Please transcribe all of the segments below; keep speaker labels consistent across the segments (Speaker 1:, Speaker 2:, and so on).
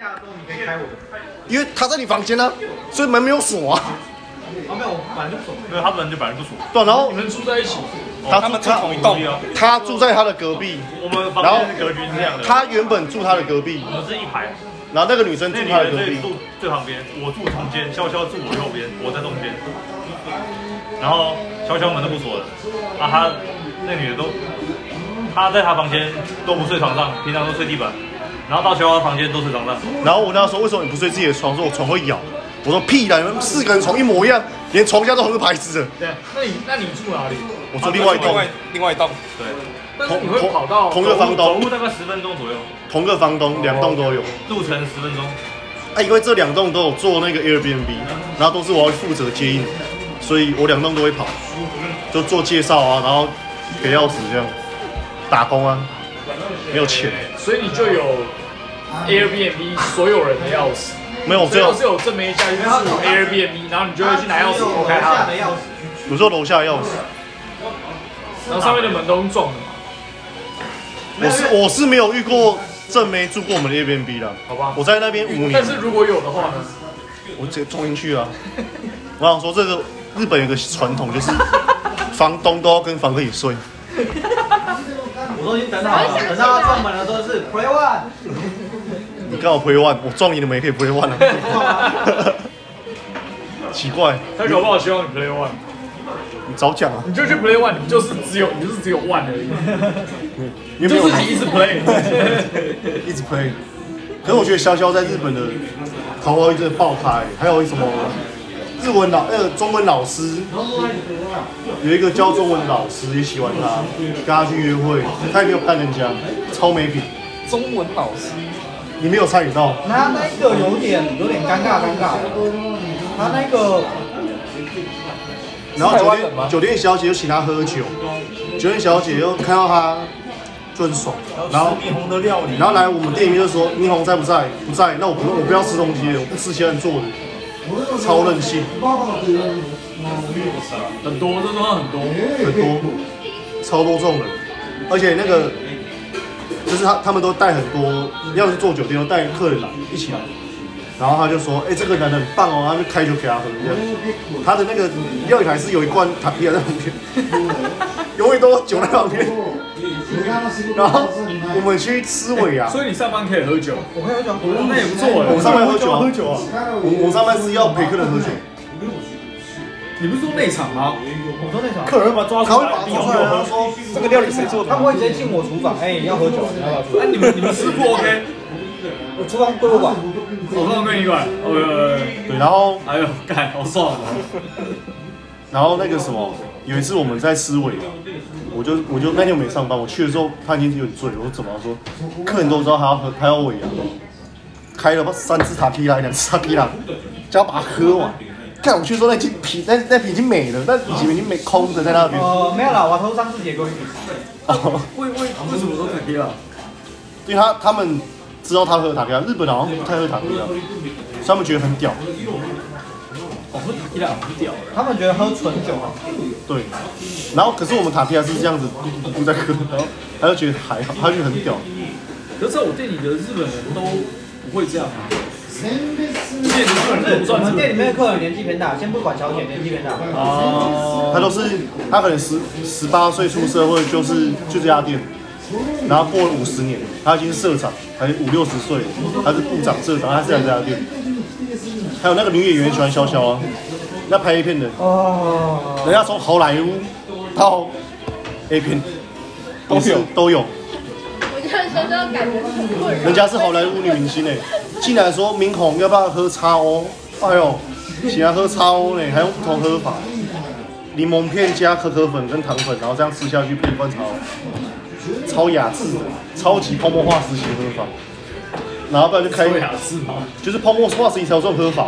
Speaker 1: 下周你可以开我的，
Speaker 2: 因为他在你房间呢、所以门没有锁啊。
Speaker 1: 啊没有，我本来就不熟。
Speaker 3: 没有，他本来就本来不熟，
Speaker 2: 对啊，然后
Speaker 4: 你们住在一起，
Speaker 3: 哦
Speaker 2: 他们
Speaker 3: 住同一栋啊。
Speaker 2: 他住在他的隔壁，
Speaker 3: 我们房间的格局是这样的，
Speaker 2: 他原本住他的隔壁，
Speaker 3: 我们是一排，
Speaker 2: 然后那个女生住
Speaker 3: 那女
Speaker 2: 他的
Speaker 3: 人
Speaker 2: 隔
Speaker 3: 最
Speaker 2: 壁。
Speaker 3: 住最旁边，我住中间，潇潇住我右边，我在中间。然后潇潇门都不锁的，啊，她那女的都，她在她房间都不睡床上，平常都睡地板，然后到潇潇房间都睡床上。
Speaker 2: 然后我跟他说：“为什么你不睡自己的床？”说：“我床会咬。”我说：“屁啦，你们四个人床一模一样，连床架都横着排直的。
Speaker 4: 对啊，那你那你住哪里？”
Speaker 2: 我说：“另外一栋
Speaker 5: 另，外另外一栋，
Speaker 3: 对，
Speaker 4: 但是你会跑到
Speaker 2: 同一个房
Speaker 3: 走
Speaker 2: 东，
Speaker 3: 路大概十分钟左右，
Speaker 2: 同个房东，两栋都有。
Speaker 3: 路程十分钟。
Speaker 2: 啊，因为这两栋都有做那个 Airbnb，然后都是我要负责接应，所以我两栋都会跑，就做介绍啊，然后给钥匙这样，打工啊，没有钱，
Speaker 4: 所以你就有 Airbnb 所有人的钥匙，
Speaker 2: 没有
Speaker 4: 所
Speaker 2: 只
Speaker 4: 以
Speaker 2: 有
Speaker 4: 要是有正妹家去住 Airbnb，然后你就会去拿钥匙
Speaker 1: 我
Speaker 4: 偷开它
Speaker 1: 下的，钥匙。
Speaker 2: 我说楼下钥匙，
Speaker 4: 然后上面的门都用撞的，
Speaker 2: 我是我是没有遇过正妹住过我们的 Airbnb 的，
Speaker 4: 好吧？
Speaker 2: 我在那边五
Speaker 4: 但
Speaker 2: 年，
Speaker 4: 是如果有的话呢？
Speaker 2: 我直接冲进去啊，我想说这个日本有个传统就是房东都要跟房客一起睡，
Speaker 1: 我都已经等好了，等到他撞门的时候是 play one。
Speaker 2: 你刚好不会万，我撞你的门也可以不会万 啊，奇怪，
Speaker 4: 他搞不好希望你 play one，
Speaker 2: 你早讲啊。
Speaker 4: 你就去 play one，你就是只有你就是只有 one 而已，
Speaker 2: 你
Speaker 4: 就
Speaker 2: 有
Speaker 4: 是你一直 play。
Speaker 2: 一直 play。可是我觉得潇潇在日本的桃花运真的爆开，还有什么日文老呃中文老师，有一个教中文老师也喜欢他，跟他去约会，他也没有看人家，超没品，
Speaker 5: 中文老师，
Speaker 2: 你没有参与到，
Speaker 1: 他那个有点有点尴尬尴尬，他那个
Speaker 2: 然
Speaker 5: 是台
Speaker 2: 后酒
Speaker 5: 湾人吗
Speaker 2: 店酒店小姐又请他喝酒，酒店小姐又看到他就很爽，然后
Speaker 3: 霓虹的料理
Speaker 2: 然后来我们店里面就说霓虹在不在？不在，那我不我不要吃东西了，我不吃现在做的，超任性。
Speaker 4: 很多，这种很多。
Speaker 2: 很多，超多这种人，而且那个就是他他们都带很多，要是做酒店都带客人来一起来，然后他就说，哎、这个男人很棒哦，他就开酒给他喝这样，他的那个料理台是有一罐塔皮亚在旁边， 永远都有酒在旁边，然后我们去吃尾牙。
Speaker 4: 所以你上班可以喝酒，
Speaker 1: 我朋友讲，
Speaker 4: 那也不错
Speaker 2: 我们
Speaker 4: 哎。
Speaker 2: 上班喝酒、啊，喝酒啊！我我上班是要陪客人喝酒，
Speaker 4: 你不是说内场吗？
Speaker 1: 我说那场，
Speaker 3: 客人把抓
Speaker 2: 他会把他抓出来，啊然后说
Speaker 5: 这个料理谁做的？
Speaker 1: 他不会直接进我厨房，哎，要喝酒，你要不要出
Speaker 4: 哎，
Speaker 1: 来？
Speaker 4: 你们你们师傅 OK？
Speaker 1: 我厨房归我管，
Speaker 4: 我放归你管。哦呦呦呦，
Speaker 2: 对，然后
Speaker 4: 哎呦，干，好爽啊！
Speaker 2: 然后那个什么，有一次我们在思维啊，我就我就那天我没上班，我去的时候他已经有点醉了，我怎么说，客人都知道他要喝，他要尾牙，开了三支塔皮拉，两支塔皮拉，就要把它喝完。看我去的时候那瓶啤那那瓶已经没了，那已经已经没空着在那边。
Speaker 1: 呃，没有啦，我头上是铁哥，
Speaker 2: 哦，
Speaker 4: 为为为什么都肯定了？
Speaker 2: 因为他他们知道他喝塔皮拉，啊日本好像不太喝塔皮啊拉，所以他们觉得很屌。
Speaker 4: 哦，喝伊朗很屌的。
Speaker 1: 他们觉得喝纯酒啊，
Speaker 2: 对，然后可是我们塔皮拉是这样子咕咕咕在喝，然后他就觉得还好，他就觉得很屌。
Speaker 4: 可是在我店里的日本人都不会这样啊。而且日本人都不
Speaker 1: 我
Speaker 4: 算
Speaker 1: 们
Speaker 4: 日本
Speaker 1: 店里
Speaker 4: 人
Speaker 1: 面的客人年纪偏大，先不管小姐年纪偏大，
Speaker 4: 哦
Speaker 2: 他都是他可能十十八岁出社会，就是就这家店，然后过了五十年，他已经是社长，还五六十岁了，他是部长、社长，他是在这家店。还有那个女演员也喜欢潇潇啊，那拍 A 片的，
Speaker 1: 哦，
Speaker 2: 人家从好莱坞到 A 片
Speaker 5: 都有
Speaker 2: 都有，
Speaker 6: 我觉得小小感觉很困扰。
Speaker 2: 人家是好莱坞女明星呢、竟然说明红要不要喝叉 O？哎呦，喜欢喝叉 O 呢，还有不同喝法，柠檬片加可可粉跟糖粉，然后这样吃下去配罐茶哦，超雅致的，超级泡沫化时期的喝法。然后不然就开，
Speaker 4: 对啊，是吗？
Speaker 2: 就是泡沫化时期才有这种喝法，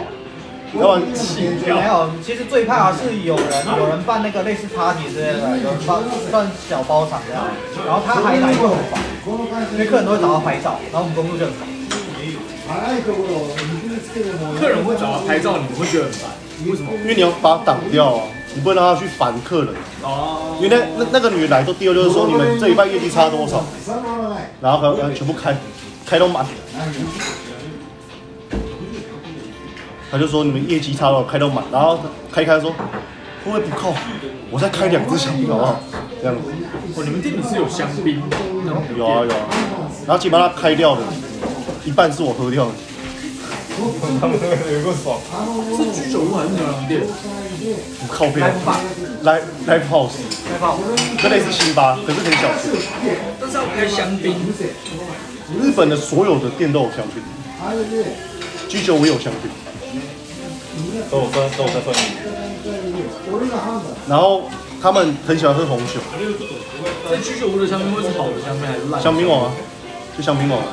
Speaker 2: 要不然气
Speaker 1: 没有，其实最怕是有人有人办那个类似 party 之类的，有人包办小包场这样，然后他还来就很烦，因为客人都会找他拍照，然后我们工作就很烦。
Speaker 4: 哦客人会找他拍照，你们会觉得很烦。为什么？
Speaker 2: 因为你要把它挡掉啊，你不能让他去烦客人。
Speaker 4: 哦，
Speaker 2: 因为那那那个女的来都第二就是说你们这一半业绩差多少，然后可能全部开开都满，他就说你们业绩差了，开到满，然后开一开说会不会不够？我再开两只香槟好不好？这样子
Speaker 4: 哦，你们店里是有香槟，然后
Speaker 2: 有啊有啊，然后基本上他开掉的一半是我喝掉的，
Speaker 5: 有够爽，
Speaker 4: 是居酒屋还是牛郎店？
Speaker 2: 我靠背
Speaker 1: 来不吧，
Speaker 2: 来来 house，
Speaker 1: 来吧，
Speaker 2: 这类似辛巴，可是很小钱。
Speaker 4: 但是要开香槟，
Speaker 2: 日本的所有的店都有香槟，居酒屋有香槟，
Speaker 5: 都有分，都有分分。
Speaker 2: 然后他们很喜欢喝红酒，
Speaker 4: 在居酒屋的香槟会是好的香槟还是烂？
Speaker 2: 香槟王啊，就香槟王啊。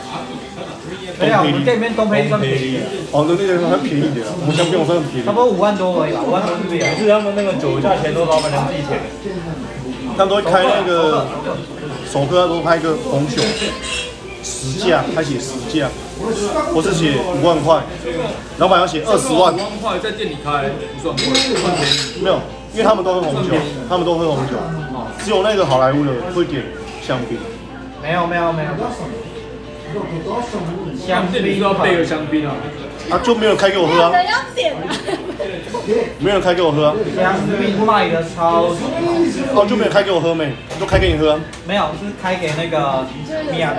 Speaker 1: 没
Speaker 4: 啊
Speaker 1: 有，我们店里面东配算便宜的，
Speaker 2: 哦，那那个很便宜一点啊，我们香槟王算很便宜
Speaker 1: 差不，多五万多而已吧，五万多日币而已。
Speaker 5: 是他们那个酒价钱都老板娘自己填的，
Speaker 2: 他们都会开那个首歌都拍个红酒，十价，他写十价，或是写五万块，老板要写二十万
Speaker 4: 五，万块在店里开不算贵，算便宜。
Speaker 2: 没有，因为他们都喝红酒，他们都喝红酒，只有那个好莱坞的会点香槟，
Speaker 1: 没有没有没有，
Speaker 4: 他
Speaker 1: 香
Speaker 4: 们店里
Speaker 1: 槟
Speaker 4: 就要备个香槟啊，
Speaker 2: 啊就没有人开给我喝啊，
Speaker 6: 人要点啊！
Speaker 2: 没有人开给我喝啊，
Speaker 1: 香槟卖的超级好，
Speaker 2: 哦就没有人开给我喝没，都开给你喝啊，
Speaker 1: 没有是开给那个米娅，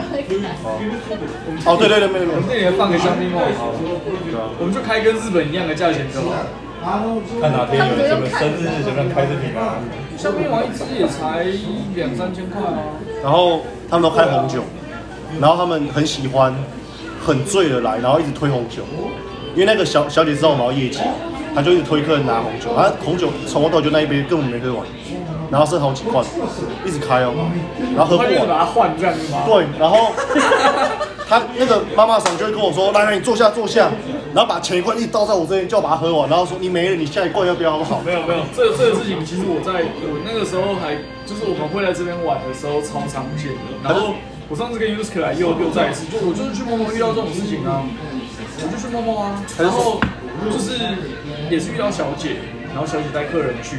Speaker 2: 哦对对对没有没
Speaker 4: 我
Speaker 2: 有
Speaker 4: 们，店里放个香槟啊帽好了，啊我们就开跟日本一样的价钱就好。
Speaker 5: 看哪天有人什么生日什么开视频啊，
Speaker 4: 香槟王一支也才两三千块啊，
Speaker 2: 然后他们都开红酒，然后他们很喜欢，很醉的来，然后一直推红酒，因为那个小小姐知道我们要业绩，她就一直推客人拿红酒，她红酒从头到尾就那一杯根本没喝完，然后剩好几罐，一直开哦，然后喝
Speaker 4: 他
Speaker 2: 不
Speaker 4: 就
Speaker 2: 完，
Speaker 4: 把它换这样子吗？
Speaker 2: 对，然后她那个妈妈桑就会跟我说，来来你坐下坐下，然后把前一罐一直倒在我这边，叫我把它喝完，然后说你没了，你下一罐要不要好不好？
Speaker 4: 没有没有，这个这个事情其实我在我那个时候还就是我们会来这边玩的时候超常见的。然后我上次跟 Yusuke 来又又再一次，就我就是去默默遇到这种事情啊，我就去默默啊，然后就是也是遇到小姐，然后小姐带客人去，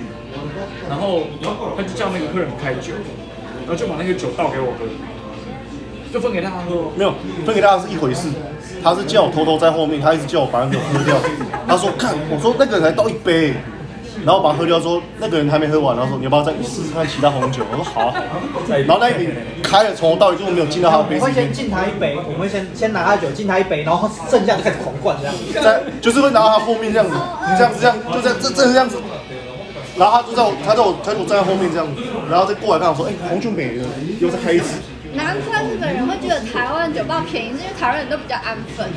Speaker 4: 然后他就叫那个客人开酒，然后就把那个酒倒给我喝，就分给他喝。
Speaker 2: 没有分给大家是一回事，他是叫我偷偷在后面，他一直叫我把那个喝掉。他说看，我说那个人才倒一杯，然后把它喝掉说那个人还没喝完，然后说你要不要再试试看其他红酒？我说好、啊。然后那一瓶开了，从头到尾就没有进到他的
Speaker 1: 我
Speaker 2: 杯
Speaker 1: 们
Speaker 2: 子
Speaker 1: 会
Speaker 2: 里面
Speaker 1: 先，敬他一杯，我们会先先拿他酒敬他一杯，然后剩下的开始狂灌这样。
Speaker 2: 在就是会拿到他后面这样子，你这样子这样就这样这这这样子。然后他就在我，他在我，他就站在后面这样子，然后再过来跟我说：“哎、红酒没了，又再开一支。
Speaker 6: 难怪日本人会觉得台湾酒吧便宜，是因为台湾人都比较安分，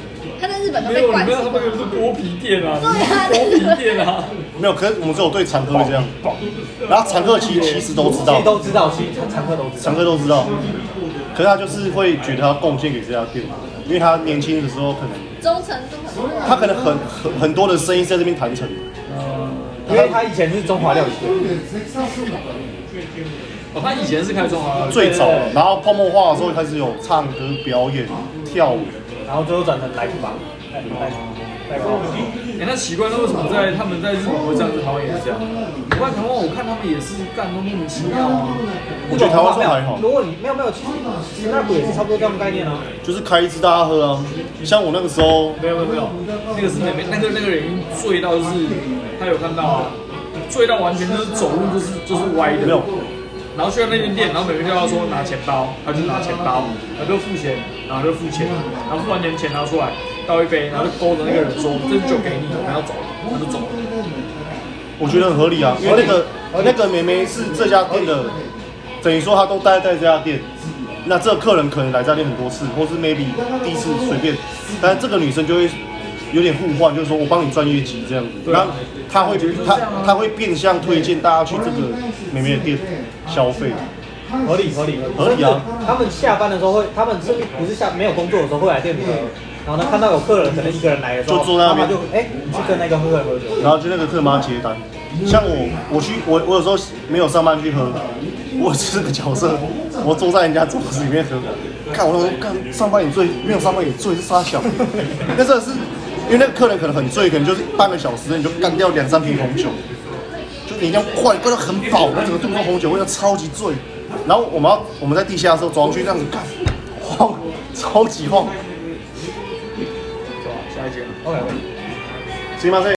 Speaker 6: 他在日本都
Speaker 4: 没
Speaker 6: 被
Speaker 4: 有，
Speaker 6: 灌
Speaker 4: 你没
Speaker 6: 死
Speaker 4: 有，他
Speaker 6: 了
Speaker 4: 们。就是剥皮店啊，
Speaker 6: 对啊
Speaker 4: 剥皮店啊。”
Speaker 2: 没有，可是我们只有对常客会这样。然后常客其其实都知
Speaker 1: 自
Speaker 2: 道
Speaker 1: 己，都知道，其实常客都知道
Speaker 2: 常。客都知道，可是他就是会觉得他贡献给这家店，因为他年轻的时候可能
Speaker 6: 忠诚度很高。
Speaker 2: 他可能很很很多的生意在这边谈成，
Speaker 1: 因为他以前是中华料理店，
Speaker 4: 哦，他以前是开中啊华料理，
Speaker 2: 最早，然后泡沫化的时候开始有唱歌、表演、跳舞，
Speaker 1: 然后最后转成来福吧，来福来福来福，
Speaker 4: 哎、那奇怪，那为什么在他们在日本会这样子，台湾也是这样？我在台湾，我看他们也是干都莫名其妙啊。
Speaker 2: 我觉得台湾算还好
Speaker 1: 如，果你没有没有，其实其实那股也是差不多这种概念啊。
Speaker 2: 就是开一支大家喝啊。像我那个时候，
Speaker 4: 没有没有没有，那个是妹妹，那个那个人已经醉到就是，他有看到啊，醉到完全就是走路就是就是歪的。
Speaker 2: 没有
Speaker 4: 然后去到那间店，然后美妹就要说拿钱包，他就拿钱包，他就付钱，然后就付钱，然后付完钱钱拿出来倒一杯，然后就勾着那个人说这酒给你，我们要走了，他就走了。
Speaker 2: 我觉得很合理啊，因为那个那个妹妹是这家店的，等于说她都待在这家店。那这个客人可能来这家店很多次，或是 maybe 第一次随便，但是这个女生就会有点互换，就是说我帮你赚业绩这样子，然后她会她她会变相推荐大家去这个妹妹的店消费，
Speaker 1: 合理合理
Speaker 2: 合理啊！
Speaker 1: 他们下班的时候会，他们甚至不是下没有工作的时候会来店里喝，然后呢看到有客人可能一个人来的时候，
Speaker 2: 就坐在那
Speaker 1: 他
Speaker 2: 边
Speaker 1: 们就哎、你去跟那个客人喝酒，
Speaker 2: 然后就那个客人帮她结单。像我我去我我有时候没有上班去喝，我是个角色，我坐在人家桌子里面喝，看我那时候看上班也醉，没有上班也醉是傻小，那真的是因为那个客人可能很醉，可能就是半个小时你就干掉两三瓶红酒。就是你一定要灌，灌到很饱，那整个肚子都红酒味道超级醉。然后我们要我们在地下的时候走上去这样子干，晃，超级晃。
Speaker 4: 下一间。
Speaker 1: OK，
Speaker 2: すいません